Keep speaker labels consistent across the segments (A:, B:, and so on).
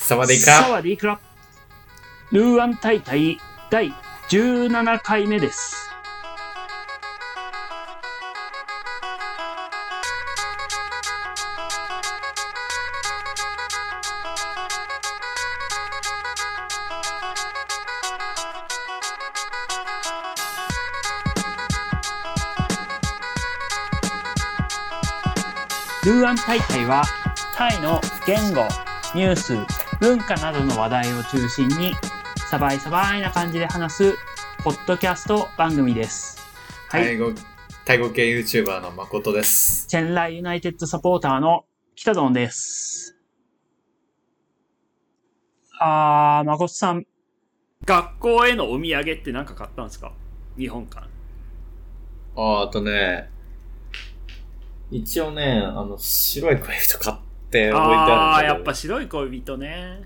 A: サワディーカ
B: サワディークラルーアン大会第17回目です。ルーアン大会はタイの言語、ニュース、文化などの話題を中心にサバイサバイな感じで話すポッドキャスト番組です。はい、
A: タイ語、タイ語系 YouTuber の誠です。
B: チェンライユナイテッドサポーターの北丼です。あー、誠さん、
C: 学校へのお土産って何か買ったんですか日本館。
A: ああとね、一応ね、あの、白い恋人買って置いて
C: あ
A: あ
C: あー、
A: るんだ
C: や
A: け
C: っ
A: ど
C: ぱ白い恋人ね。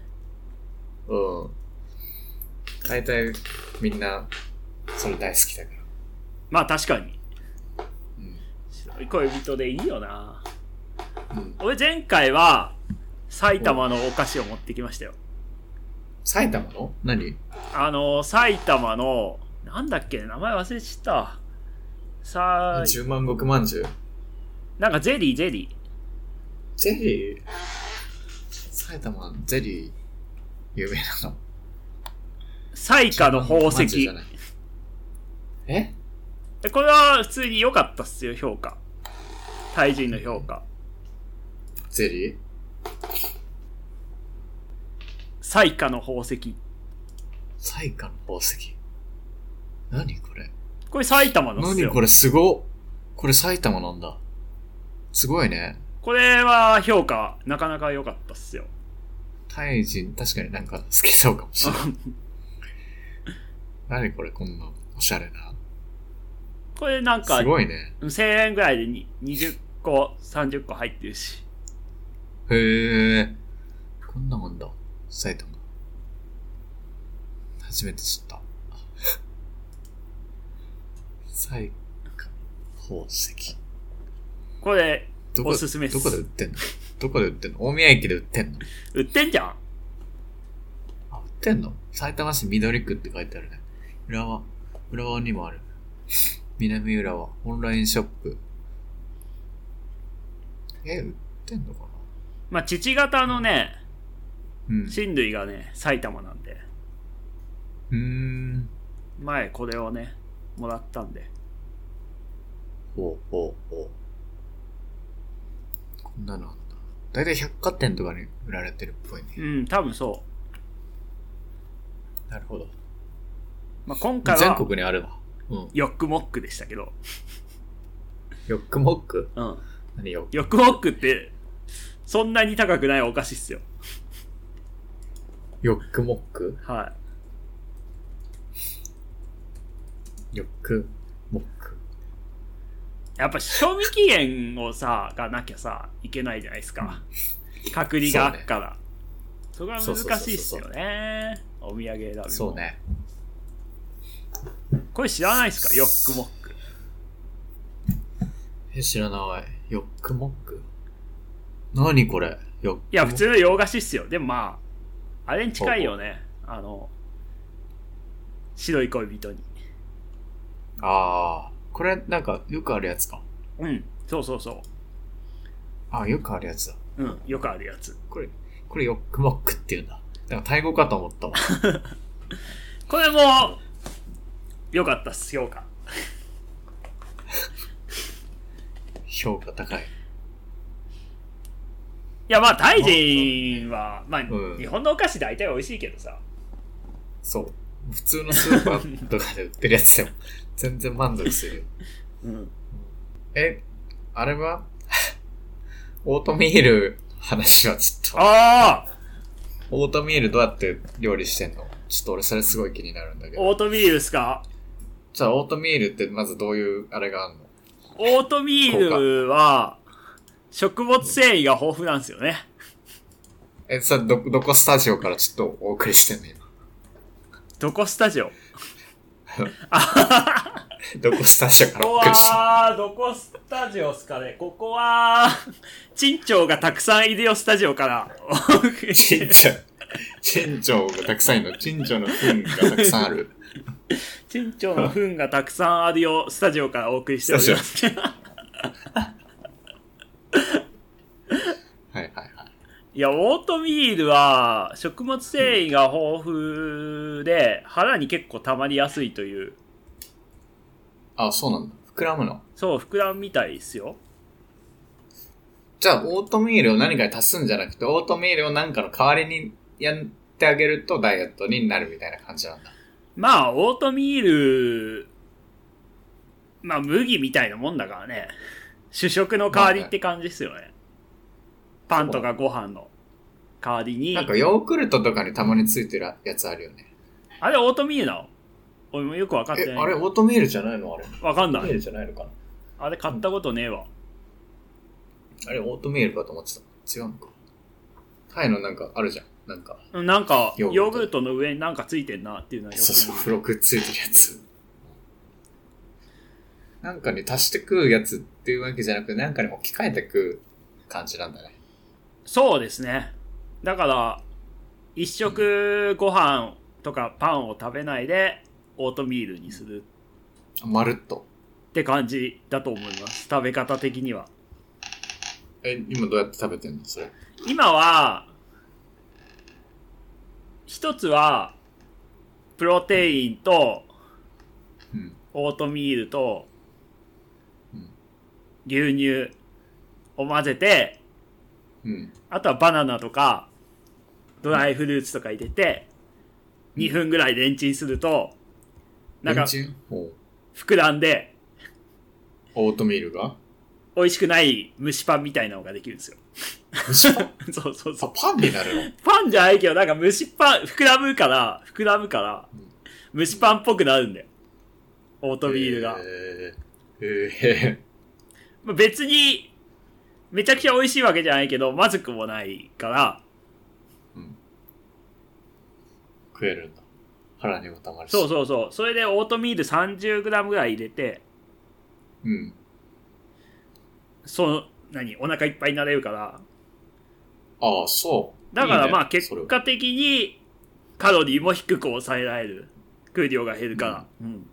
A: うん。大体、みんな、その大好きだから。
C: まあ確かに。
A: うん。
C: 白い恋人でいいよな。
A: うん、
C: 俺前回は埼玉のお菓子を持ってきましたよ。
A: 埼玉の何
C: あの、埼玉の、なんだっけ、名前忘れちった。さあ、
A: 十万石まんじゅう。
C: なんかゼリー、ゼリー。
A: ゼリー埼玉、ゼリー、有名なの。
C: 彩花の宝
A: まんじゅう
C: 石
A: じゃ。ないえ
C: でこれは普通に良かったっすよ、評価。タイ人の評価。
A: ゼリー
C: 彩花の宝石。
A: 彩花の宝石。何これ
C: これ埼玉のっす
A: 何
C: よ。
A: これすごっこれ埼玉なんだ。すごいね。
C: これは評価、なかなか良かったっすよ。
A: タイ人、確かになんか好きそうかもしれ ない。何これこんなおしゃれな。
C: これなんか
A: す、ごいね。
C: 1000円ぐらいでに20個、30個入ってるし。
A: へえ。こんなもんだ。埼玉。初めて知った。 彩花宝石。
C: これ、
A: どこ
C: おすすめっす
A: どこで売ってんのどこで売ってんの大宮駅で売ってんの
C: 売ってんじゃん
A: あ、売ってんの埼玉市緑区って書いてあるね。浦和。浦和にもある。南浦和。オンラインショップ。え、売ってんのかな
C: まあ、父方のね、
A: うん。う
C: 親類がね、埼玉なんで、
A: ーん。
C: 前これをね、もらったんで。
A: ほうほうほう。こんなのあんだ。だいたい百貨店とかに売られてるっぽいね。
C: うん、多分そ
A: なるほど。
C: う。まあ、今回
A: 全
C: は、
A: 国にあるわ。うん。
C: ヨックモックでしたけど。
A: ヨックモック
C: うん。
A: 何よ。
C: ヨックモックって、そんなに高くないお菓子っすよ。
A: ヨックモック
C: は
A: ヨックモック。
C: い。やっぱ賞味期限をさ、がなきゃさ、いけないじゃないですか。隔離があっから。そこは難しいっすよね。お土産選びも。
A: そう。ね。
C: これ知らないっすかヨックモック。
A: え、知らない。ヨックモック何これヨックモック
C: いや、普通の洋菓子っすよ。でもまあ、あれに近いよね。あの、白い恋人に。
A: ああ。これ、なんか、よくあるやつか。
C: うん、そうそうそ
A: あよくあるやつだ。
C: う。うん、よくあるやつ。
A: これ、これヨックモックっていうんだ。なん か、タイ語かと思ったわ。
C: これも、よかったっす、評価。
A: 評価高い。
C: いや、まあ、タイ人は、まあ、
A: ん
C: 日本のお菓子大体美味しいけどさ。
A: そう。普通のスーパーとかで売ってるやつでも、 全然満足するよ。
C: うん。
A: え、あれは オートミール、話はちょっと。
C: ああ
A: オートミールどうやって料理してんのちょっと俺それすごい気になるんだけど。
C: オートミールっすか
A: じゃあ、オートミールってまずどういうあれがあるの
C: オートミールは、食物繊維が豊富なんですよね。
A: え、さ、ど、どこスタジオからちょっとお送りしてんの今。
C: どこスタジオ
A: どこスタジオか
C: こ
A: ら
C: こ
A: お送りしてんの
C: は、どこスタジオっすかねここ は、チンチョウがたくさんいるよスタジオから。
A: ちっちゃい。チンチョウがたくさんいるの。チンチョウの糞がたくさんある。
C: チンチョウの糞がたくさんあるよ、スタジオからお送りしております。
A: はいはいはい。
C: いや、オートミールは、食物繊維が豊富で、腹に結構溜まりやすいという、
A: あ、そうなんだ。膨らむの。
C: そう、膨らむみたいですよ。
A: じゃあ、オートミールを何かに足すんじゃなくて、オートミールを何かの代わりにやってあげるとダイエットになるみたいな感じなんだ。
C: まあ、オートミール、まあ、麦みたいなもんだからね。主食の代わりって感じですよね。パンとかご飯の代わりに。
A: なんかヨーグルトとかにたまについてるやつあるよね。
C: あれ、オートミールなの俺もよくわかって
A: え、
C: ない。
A: あれオートミールじゃないのあれ。オー
C: わかん
A: ト
C: な
A: ミー
C: い。
A: ルじゃないのかな
C: あれ買ったことねえわ。
A: あれオートミールかと思ってた。違うのか。タイのなんかあるじゃん。なんか。
C: うんなんか、ヨ
A: ヨーグルト
C: ーグルトの上になんかついてんなっていうのはよく
A: そうそう、
C: 見
A: 付
C: る。
A: 録ついてるやつ。なんかに足して食うやつっていうわけじゃなくて、なんかに置き換えて食う感じなんだね。
C: そうですね。だから、一食ご飯とかパンを食べないで、オートミールにする
A: まるっと。
C: って感じだと思います。食べ方的には。
A: え、今どうやって食べてんのそれ。
C: 今は、一つは、プロテインと、
A: うん。
C: オートミールと
A: うん、
C: 牛乳を混ぜて、
A: うん。
C: あとはバナナとか、ドライフルーツとか入れて、
A: うん
C: 2分ぐらいレンチンすると、なん
A: レ
C: か
A: ンチンおう
C: 膨らんで、
A: オートミール が
C: 美味しくない蒸しパンみたいなのができるんですよ。 そうそうそ
A: あ
C: う。
A: パンになるの
C: パンじゃないけど、なんか蒸しパン、膨らむから、膨らむから、蒸しパンっぽくなるんだよ。オートミールが。
A: えー、え
C: まあ別に、めちゃくちゃ美味しいわけじゃないけど、まずくもないから、
A: ー、食えるんだ。腹にもたまるし。
C: そうそうそう。それでオートミール 30g ぐらい入れて、
A: う。うん。
C: その、何、お腹いっぱいになれるから。
A: ああ、そう。
C: だから
A: い
C: まあ
A: いね
C: 結
A: それは
C: 果的に、カロリーも低く抑えられる。食う量が減るから。うん。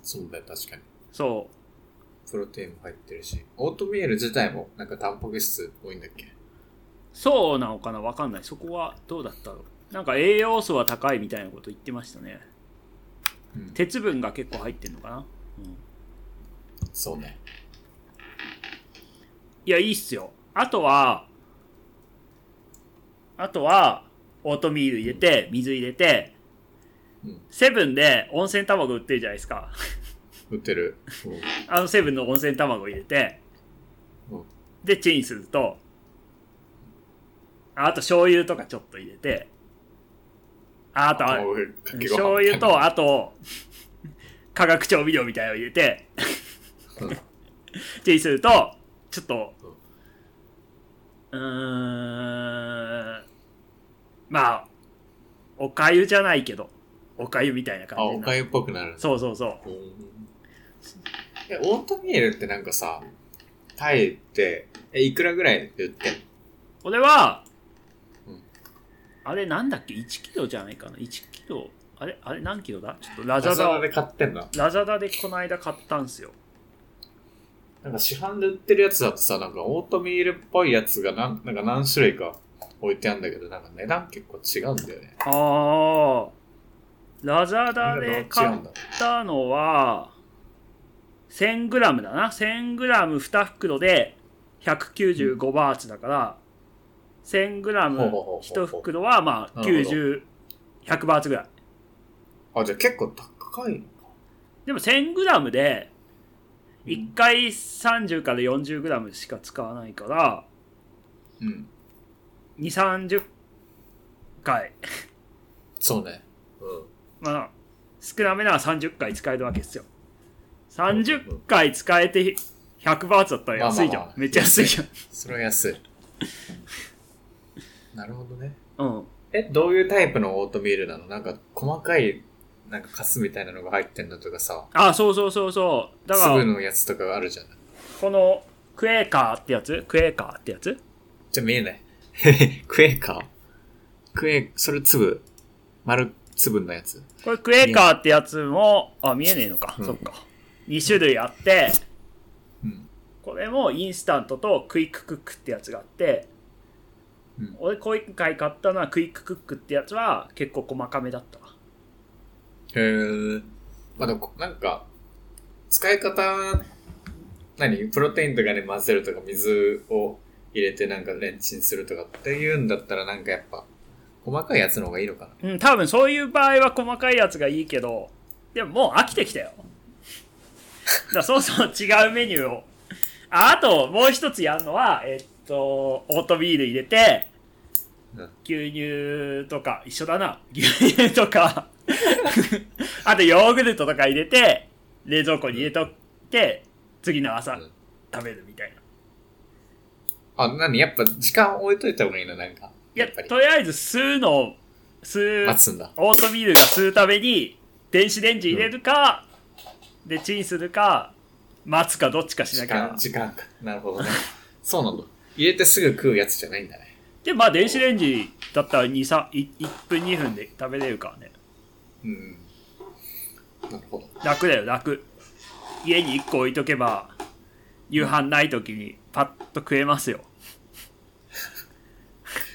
A: そうだよ、確かに。
C: そ
A: プロテインも入ってるし。オートミール自体も、なんかタンパク質多いんだっけ
C: う。そうなのかなわかんない。そこはどうだったろう。なんか栄養素は高いみたいなこと言ってましたね。
A: うん。
C: 鉄分が結構入ってんのかなうん。
A: そうね。
C: いや、いいっすよ。あとは、あとは、オートミール入れて、水入れて、
A: うん。
C: セブンで温泉卵売ってるじゃないですか。
A: 売ってる。
C: あのセブンの温泉卵入れて、
A: うん。うん
C: で、チンすると、ああと醤油とかちょっと入れて、ああとあ、
A: あ
C: うん
A: 俺かけご飯
C: 醤油と、あと、 化学調味料みたいなの入れて、
A: うん
C: チンすると、ちょっと
A: うん、
C: うーん、まあ、おかゆじゃないけど、おかゆみたいな
A: あ、
C: 感じ
A: お
C: にな
A: か
C: る。
A: ゆっぽくなる。
C: そうそうそう。
A: うんえ、オートミールってなんかさ、タイって、え、いくらぐらいで売ってんの
C: 俺は、
A: うん
C: あれなんだっけ1キロじゃないかな1キロあれあれ何キロだちょっとラザ
A: ラザ
C: ダ
A: ダで買ってんだ。
C: ラザダでこの間買ったんすよ
A: なんか市販で売ってるやつだとさ、なんかオートミールっぽいやつがなんなんか何種類か置いてあるんだけど、なんか値段結構違うんだよね。
C: ああラザダで
A: 違
C: 買
A: う
C: っ
A: んだ。
C: たのは 1000g だな 1000g2 袋で195バーツだから
A: ほうほうほうほう
C: 1000g1 袋はまあ
A: なるほど
C: 90100バーツぐらい
A: あ、じゃあ結構高いのか。
C: でも 1000g で
A: うん
C: 1回30から 40g しか使わないから
A: うん。
C: 230回
A: そうね。うん。
C: まあ少なめなら30回使えるわけですよ30回使えて100バーツだったら安いじ
A: ま
C: ゃん、
A: あまあまあ
C: めっちゃ安いじゃん
A: それは安 い。なるほどね。
C: うん
A: え、 どういうタイプのオートミールなのなんか細かい、なんかカスみたいなのが入ってんのとかさ、
C: あそうそうそうそうだか
A: 粒
C: ら
A: のやつとかがあるじゃん。
C: このク エーカーってやつクエーカーってやつ
A: じゃあ見えない。クエーカークエ、それ粒、丸粒のやつ。
C: これクエーカーってやつも、あ、見えねえのか。
A: うん
C: そっか。2種類あって、
A: うん。
C: これもインスタントとクイッククックってやつがあって、
A: うん
C: 俺今回買ったのはクイッククックってやつは結構細かめだったわ。
A: へえ。まあでもこ、なんか、使い方、何プロテインとかね、混ぜるとか、水を入れてなんかレンチンするとかっていうんだったら、なんかやっぱ、細かいやつの方がいいのかな。
C: うん、多分そういう場合は細かいやつがいいけど、でももう飽きてき たよ。だからそうそう違うメニューを。あ、あともう一つやるのは、えっと、オートビール入れて
A: うん、
C: 牛乳とか、一緒だな。牛乳とか、 あとヨーグルトとか入れて、冷蔵庫に入れとって、次の朝
A: うん
C: 食べるみたいな。
A: あ、なにやっぱ時間置いといた方がいいのなんか。
C: いや、
A: っぱり
C: と。りあえず吸うのを、吸う。
A: 待つんだ。
C: オートミールが吸うために電子レンジ入れるか、でチンするか待つかどっちかし
A: 時
C: なきゃ
A: 間、
C: な
A: 時間か。なるほどね。 そうなんだ。入れてすぐ食うやつじゃないんだね。
C: でまあ電子レンジだったら2 3 1分2分で食べれるからね
A: うん。なるほど。
C: 楽だよ楽家に1個置いとけば夕飯ない時にパッと食えますよ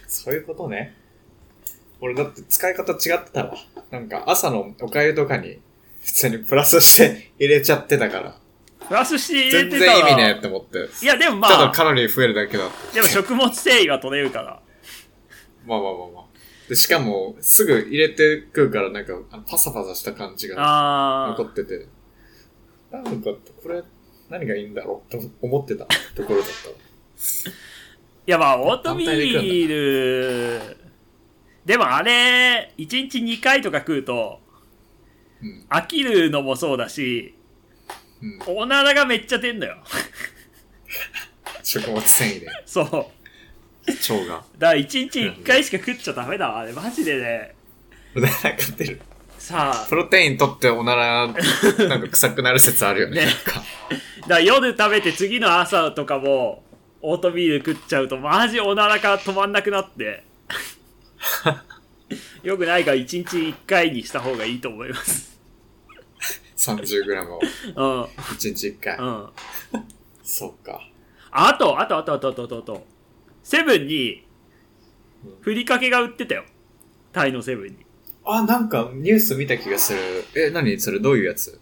A: そういうことね。俺だって使い方違ってたわ。なんか朝のお粥とかに普通にプラスして 入れちゃってたから。
C: プラスして入れ
A: 全
C: てたら
A: 然意味ねえって思って。
C: いやでもま
A: ただ
C: あ
A: カロリー増えるだけだって。
C: でも食物繊維は取れるから
A: まあまあまあまあ。でしかも、すぐ入れて食うからなんかあのパサパサした感じが
C: あ
A: 残
C: ー
A: ってて。なんか、これ何がいいんだろうと思ってたところだったわ。
C: いやまあオートミールでもあれ1日2回とか食うと
A: うん。
C: 飽きるのもそうだし、
A: うん。
C: おならがめっちゃ出んのよ。
A: 食物繊維で。
C: そう。だか
A: 腸が。
C: ら一日一回しか食っちゃダメだわ。あれマジでね。
A: おならが出る。
C: さあ、
A: プロテイン取っておなら、なんか臭くなる説あるよね。
C: ね
A: なんか
C: だから夜食べて次の朝とかも、オートミール食っちゃうとマジおならが止まんなくな って。よくないから一日一回にした方がいいと思います。
A: 30g を
C: うん、
A: 1日1回。
C: うん。
A: そうか。
C: あと、あと、あと、あと、あと、あと、あと。セブンに
A: うん、
C: ふりかけが売ってたよ。タイのセブンに。
A: あ、なんかニュース見た気がする。え、何それどういうやつ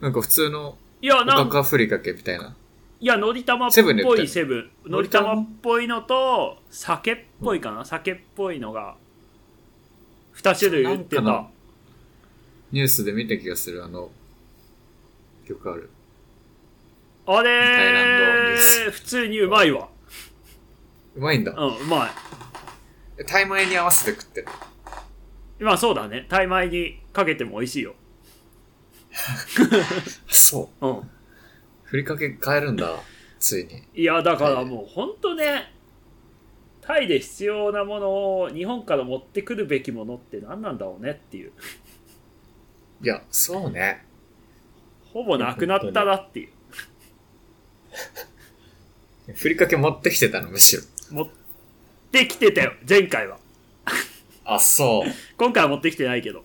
A: なんか普通の
C: いや、
A: お
C: な
A: か
C: んか
A: かふりかけみたいな。
C: いや、のり玉っ
A: セブンで売っ
C: ぽ
A: てん
C: い
A: の
C: セブン。の
A: の
C: り
A: り玉
C: 玉っぽいのと、酒っぽいかな、酒っぽいのが、二種類売って
A: なん
C: た
A: か。ニュースで見た気がする。あの、よくある。タ
C: あ
A: イランド
C: れ
A: ニュー
C: ー、
A: ス
C: 普通にうまいわ。
A: うまいんだ
C: う。ん、うまい。
A: えタイ米に合わせて食ってる。
C: まあそうだね。タイ米にかけても美味しいよ。
A: そう。
C: うん。
A: ふりかけ買えるんだ。ついに。
C: いや、だからもうほんとね、タイで必要なものを日本から持ってくるべきものって何なんだろうねっていう。
A: いや、そうね。
C: ほぼなくなったなっていう。
A: ふりかけ持ってきてたの、むしろ。
C: 持ってきてたよ、前回は。
A: あ、そう。
C: 今回は持ってきてないけど。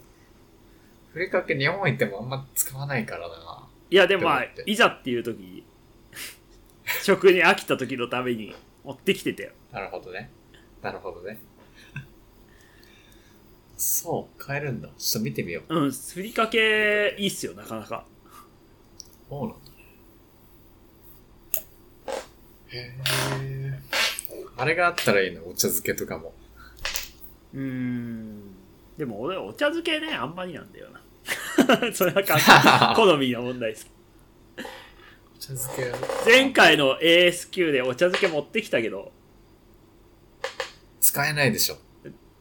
A: ふりかけ日本行ってもあんま使わないからな。
C: いやでもまあ
A: って思って
C: いざっていう時に食に飽きた時のために持ってきてたよ
A: なるほどね。なるほどね。 そう、買えるんだ。ちょっと見てみよう。
C: うんふりかけいいっすよなかなか
A: そうなんだね。へえ。あれがあったらいいの、お茶漬けとか も。
C: うーんでも俺お茶漬けねあんまりなんだよ なそれは簡単好みの問題です
A: お茶漬け
C: 前回の ASQ でお茶漬け持ってきたけど
A: 使えないでしょ。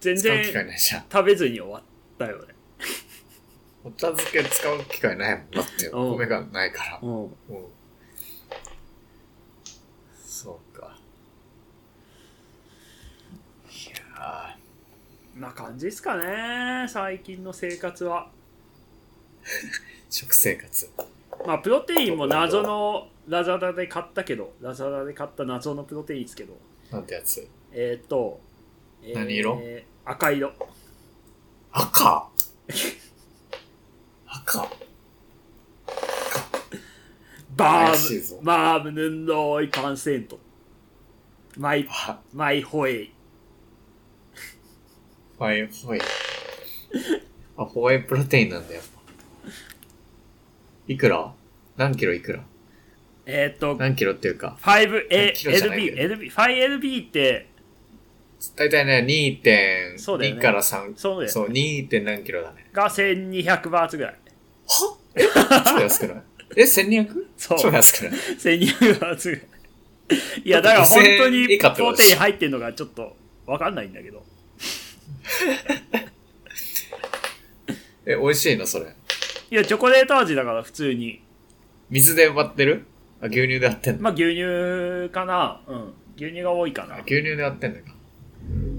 C: 全
A: 使う機
C: 然
A: 会ないじゃん。
C: 食べずに終わったよね
A: お茶漬け使う機会ないもん。だって、
C: うん
A: お米がないから。
C: うん
A: うん。そうか。いやー。
C: な感じですかね最近の生活は
A: 食生活
C: まあプロテインも謎のラザダで買ったけどラザダで買った謎のプロテインですけど
A: なんてやつ
C: えーっ、と、えー
A: 何色
C: 赤色。
A: 赤赤
C: バ
A: 怪しい
C: ー
A: ぞ
C: ム、バームヌンローイカンセント。マイ、
A: は、
C: マイホエイ。
A: ホエイ、ホエイ。あ、ホエイプロテインなんだ、やっぱ。いくら何キロいくら
C: えっ、ー、と、
A: 何キロっていうか、キロじゃない
C: 5LB、
A: け
C: LB、5LB って、
A: だいたいね、
C: そうだよ
A: 2.2
C: ね
A: から3、
C: そうだよね
A: そう、2. 点何キロだね。
C: が1200バーツぐらい。
A: はえ超安くないえ、1200?
C: そう
A: 超安くない
C: 1200バーツぐらい。いや、だ
A: だ
C: か
A: っ
C: ら
A: て
C: 本当
A: 5000
C: に
A: 以下って
C: ポ
A: こと
C: ー
A: で
C: テ
A: し
C: に
A: ょ
C: 入ってんのがちょっとわかんないんだけど。
A: え、美味しいのそれ。
C: いや、チョコレート味だから普通に。
A: 水で割ってるあ、牛乳で割ってんの、
C: まあ、牛乳かな。うん。牛乳が多いかな
A: あ。牛乳で割ってんのか。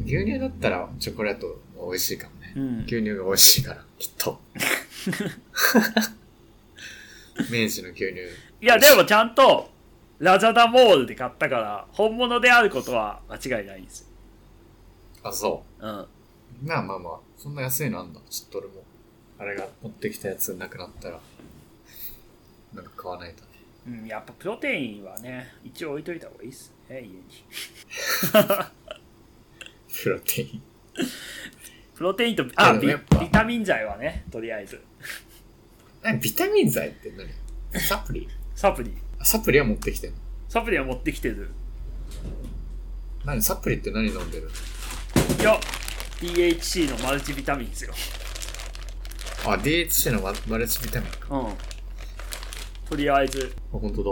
A: 牛乳だったらチョコレート美味しいかもね。
C: うん。
A: 牛乳が美味しいから、きっ と。明治の牛乳。
C: いや、でもちゃんと、ラザダモールで買ったから、本物であることは間違いないんですよ。
A: あ、そ
C: うん。
A: う。まあまあまあ、そんな安いのあんだ。ちょっと俺も、あれが持ってきたやつなくなったら、なんか買わないとね。
C: うん、やっぱプロテインはね、一応置いといた方がいいっすね、家に。
A: プロテイン。
C: プロテインと、
A: い
C: あ、
A: やで
C: ビ
A: もやっぱ
C: ビタミン剤はね、とりあえず。
A: 何ビタミン剤って何サプリ
C: サプリ。
A: あサプリは持ってきてんの
C: サプリは持ってきてる。
A: 何サプリって何飲んでる
C: いや、DHC のマルチビタミンですよ。
A: あ、DHC のママルチビタミンか。あ、
C: うん。とりあえず、
A: 本当だ。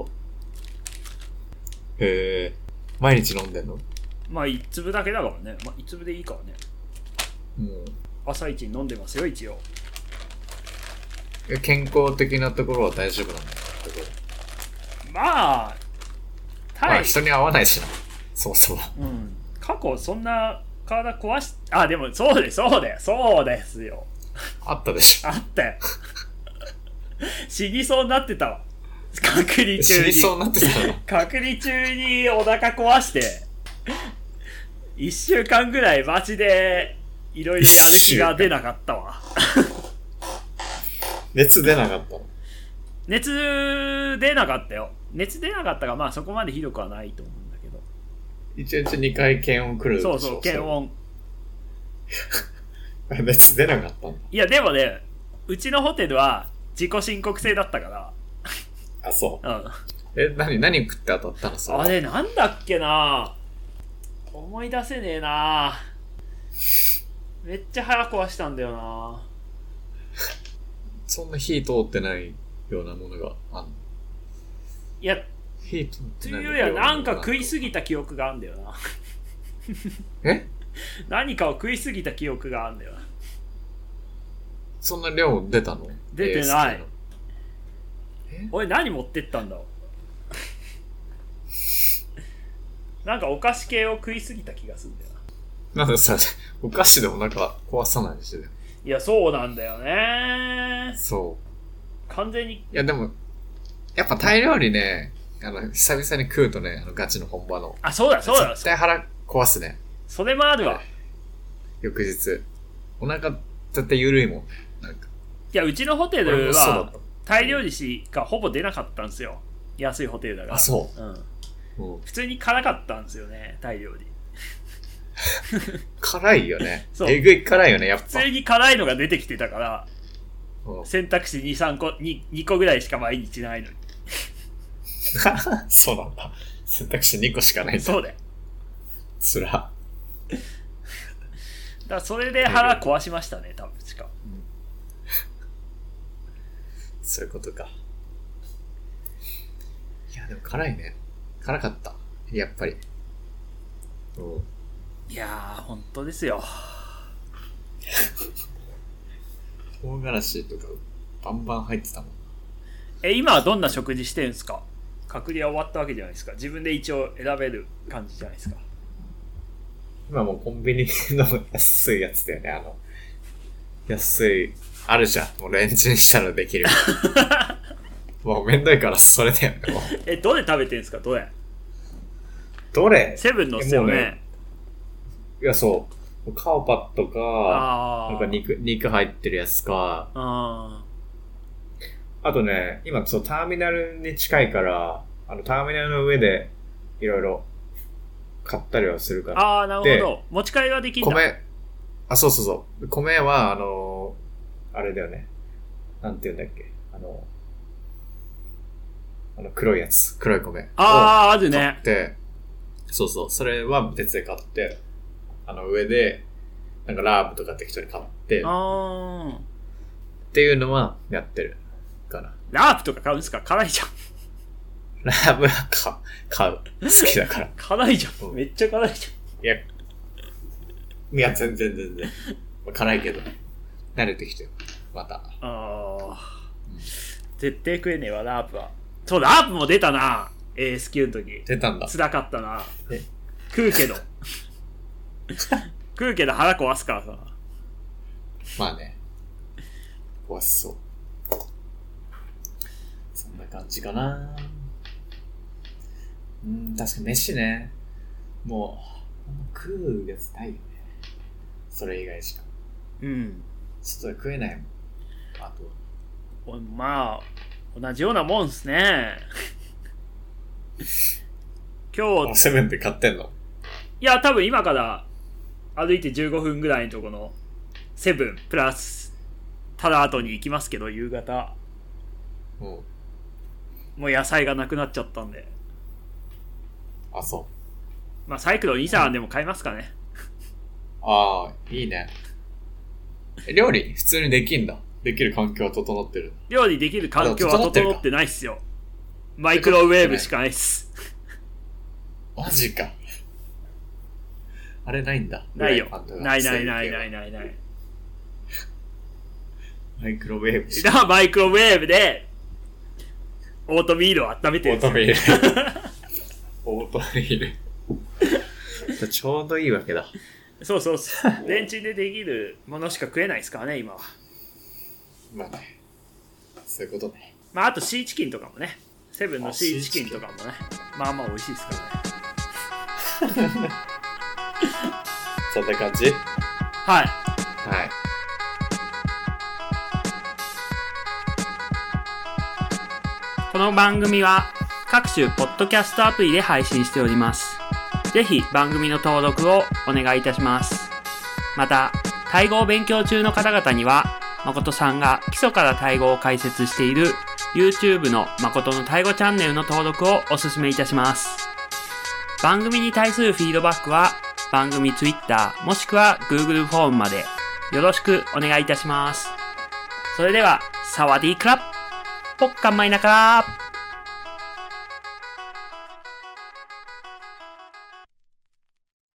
A: へえ。毎日飲んでんのも
C: まあ、1粒だけだからね。まあ、1粒でいいからね。
A: うん。
C: 朝一に飲んでますよ、一応。
A: え健康的なところは大丈夫なんだけど。
C: まあ、
A: ま
C: 大
A: あ人に合わないしな。そもそも。
C: うん、過去そんな体壊しあでもそうですそうですそうですよ
A: あったでしょ。
C: あった よ死にそうになってたわ隔離
A: 死
C: 中
A: に
C: に
A: そうになってた の。
C: 隔離中にお腹壊して1週間ぐらい街でいろいろやる気が出なかったわ
A: 熱出なかったの。
C: 熱出なかったよ熱出なかったがまあそこまでひどくはないと思うんだけど
A: 一日二回検温来るでし
C: そ
A: ょ
C: うそう検。温
A: それ 熱出なかったんだ。
C: いやでもねうちのホテルは自己申告制だったか
A: あ、そう。
C: らうん
A: え、何、何食って当たったのそれ
C: あれなんだっけな思い出せねえなめっちゃ腹壊したんだよな
A: そんな火通ってないようなものがあんの
C: いや
A: 火通っ
C: と
A: てないいうよ
C: よ
A: う
C: りはなんか
A: もの
C: 食いすぎた記憶があるんだよな
A: え
C: 何かを食いすぎた記憶があるんだよな
A: そんな量出たの
C: 出てない
A: ASK の
C: 俺何持ってったんだろう なんかお菓子系を食いすぎた気がするんだよな
A: なんかさ、お菓子でお腹壊さないでしょ。
C: いやそうなんだよね
A: そ
C: 完全に
A: う。いやでも、やっぱタイ料理ね、あの、久々に食うとね、あの、ガチの本場の。
C: あそうだそうだ
A: 絶対腹壊すね。
C: それもあるわ
A: 翌日。お腹絶対緩いもん。なんか。
C: いやうちのホテ
A: 俺
C: ル
A: もそう
C: は
A: だっ
C: タイ料理しかほぼ出なかったんですよ安いホテルだか
A: た。
C: ら、
A: あ、そうう。
C: ん、
A: うん、
C: 普通に辛かったんですよねタイ料理
A: 辛いよね。
C: そう
A: えぐい辛いよね、やっ
C: 普
A: ぱ
C: 通。に辛いのが出てきてたから
A: うん
C: 選択肢23個 2, 2個ぐらいしか毎日ないのに
A: そうなんだ。選択肢2個しかないんだ。
C: そうだよ
A: つら。
C: だからそれで腹壊しましたね多分しか
A: そういうことか。いや、でも辛いね。辛かった。やっぱり。うん。
C: いやー本当ですよ
A: 唐辛子とか、バンバン入ってたもん。
C: え今はどんな食事してるんですか隔離は終わったわけじゃないですか自分で一応選べる感じじゃないですか
A: 今もうコンビニの安いやつだよね、あの。安い、あるじゃん。もうレンチンしたらで きる。もうめんどいからそれだよね、もう。
C: えどれ食べてるんですかどれ
A: どれ
C: セブンのっすよ
A: もう
C: ね
A: ねいや、そう。カオパットか、
C: ああ。
A: なんか肉、肉入ってるやつか、
C: あ
A: あとね、今、そう、ターミナルに近いから、あの、ターミナルの上で、いろいろ、買ったりはするか
C: ー
A: ら。
C: あー、なるほど。持ち帰りはできんだ。
A: 米、あ、そうそうそう。米は、あのー、あれだよね。なんて言うんだっけ。あの、あの、黒いやつ。黒い米。
C: ああ、ある
A: を買
C: ね
A: っ。て、そうそう。それは別で買って、あの、上で、なんかラーブとか適当に買って、っ
C: ああ。
A: ていうのはやってるかな。
C: ラープとか買うんすか辛いじゃん。
A: ラーブはか買う。好きだから。い
C: 辛いじゃ。
A: うんん
C: めっちゃ辛いじ
A: や、いや、全然全然。まあ辛いけど、慣れてきてよまた。
C: ゃん。ああ。絶対食えねえわ、ラープは。そう、ラープも出たな。AS 級の時。
A: 出たんだ。
C: 辛かったな
A: え。
C: 食うけど。食うけど腹壊すからさ。
A: まあね。怖そう。そんな感じかな。うん、確かに飯ね。もう、あんま食うやつないよね。それ以外しか。
C: うん。
A: 外で食えないもん。あと、
C: おまあ、同じようなもんっすね。今日
A: あ、セブンで買ってんの
C: いや、多分今から歩いて15分ぐらいのとこのセブンプラスタラートに行きますけど、夕方。
A: うん。
C: もう野菜がなくなっちゃったんで。
A: あ、そう。
C: まあ、サイクロン2、3でも買いますかね。
A: ああ、いいね。え料理、普通にできんだ。できる環境は整ってる。
C: 料理できる環境は
A: あでも整
C: 整
A: ってるか
C: ってないっすよ。マイクロウェーブしかないっす。
A: マジか。あれないんだ。
C: ないよ
A: フライパンと。か
C: ないないない
A: そう
C: ない
A: う系は
C: ないない。
A: マイクロウェーブし
C: だからマイクロウェーブで、オートミールを温めて
A: オ
C: る
A: ートミール。 オートミール。 ちょうどいいわけだ。
C: そうそうそう。電池でできるものしか食えないですからね、今は。
A: まあね。そういうことね。
C: まあ、あとシーチキンとかもね。セブンの
A: あ
C: シーチ
A: シー
C: キ
A: チ
C: ン
A: キ
C: と
A: ン
C: かもね。まあまあ美味しいですからね。
A: そんな感じ
C: はい。
A: はい。
C: この番組は各種ポッドキャストアプリで配信しております。ぜひ番組の登録をお願いいたします。また、タイ語を勉強中の方々には、誠さんが基礎からタイ語を解説している YouTube の誠のタイ語チャンネルの登録をお勧めいたします。番組に対するフィードバックは番組 Twitter もしくは Google フォームまでよろしくお願いいたします。それでは、サワディークラップポッカンマイナカー